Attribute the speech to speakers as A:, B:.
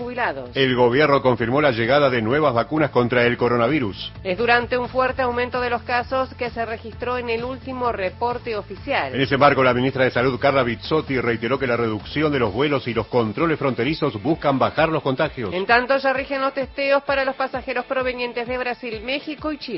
A: jubilados.
B: El gobierno confirmó la llegada de nuevas vacunas contra el coronavirus.
A: Es durante un fuerte aumento de los casos que se registró en el último reporte oficial.
B: En ese marco, la ministra de Salud, Carla Bizzotti, reiteró que la reducción de los vuelos y los controles fronterizos buscan bajar los contagios.
A: En tanto, ya rigen los testeos para los pasajeros provenientes de Brasil, México y Chile.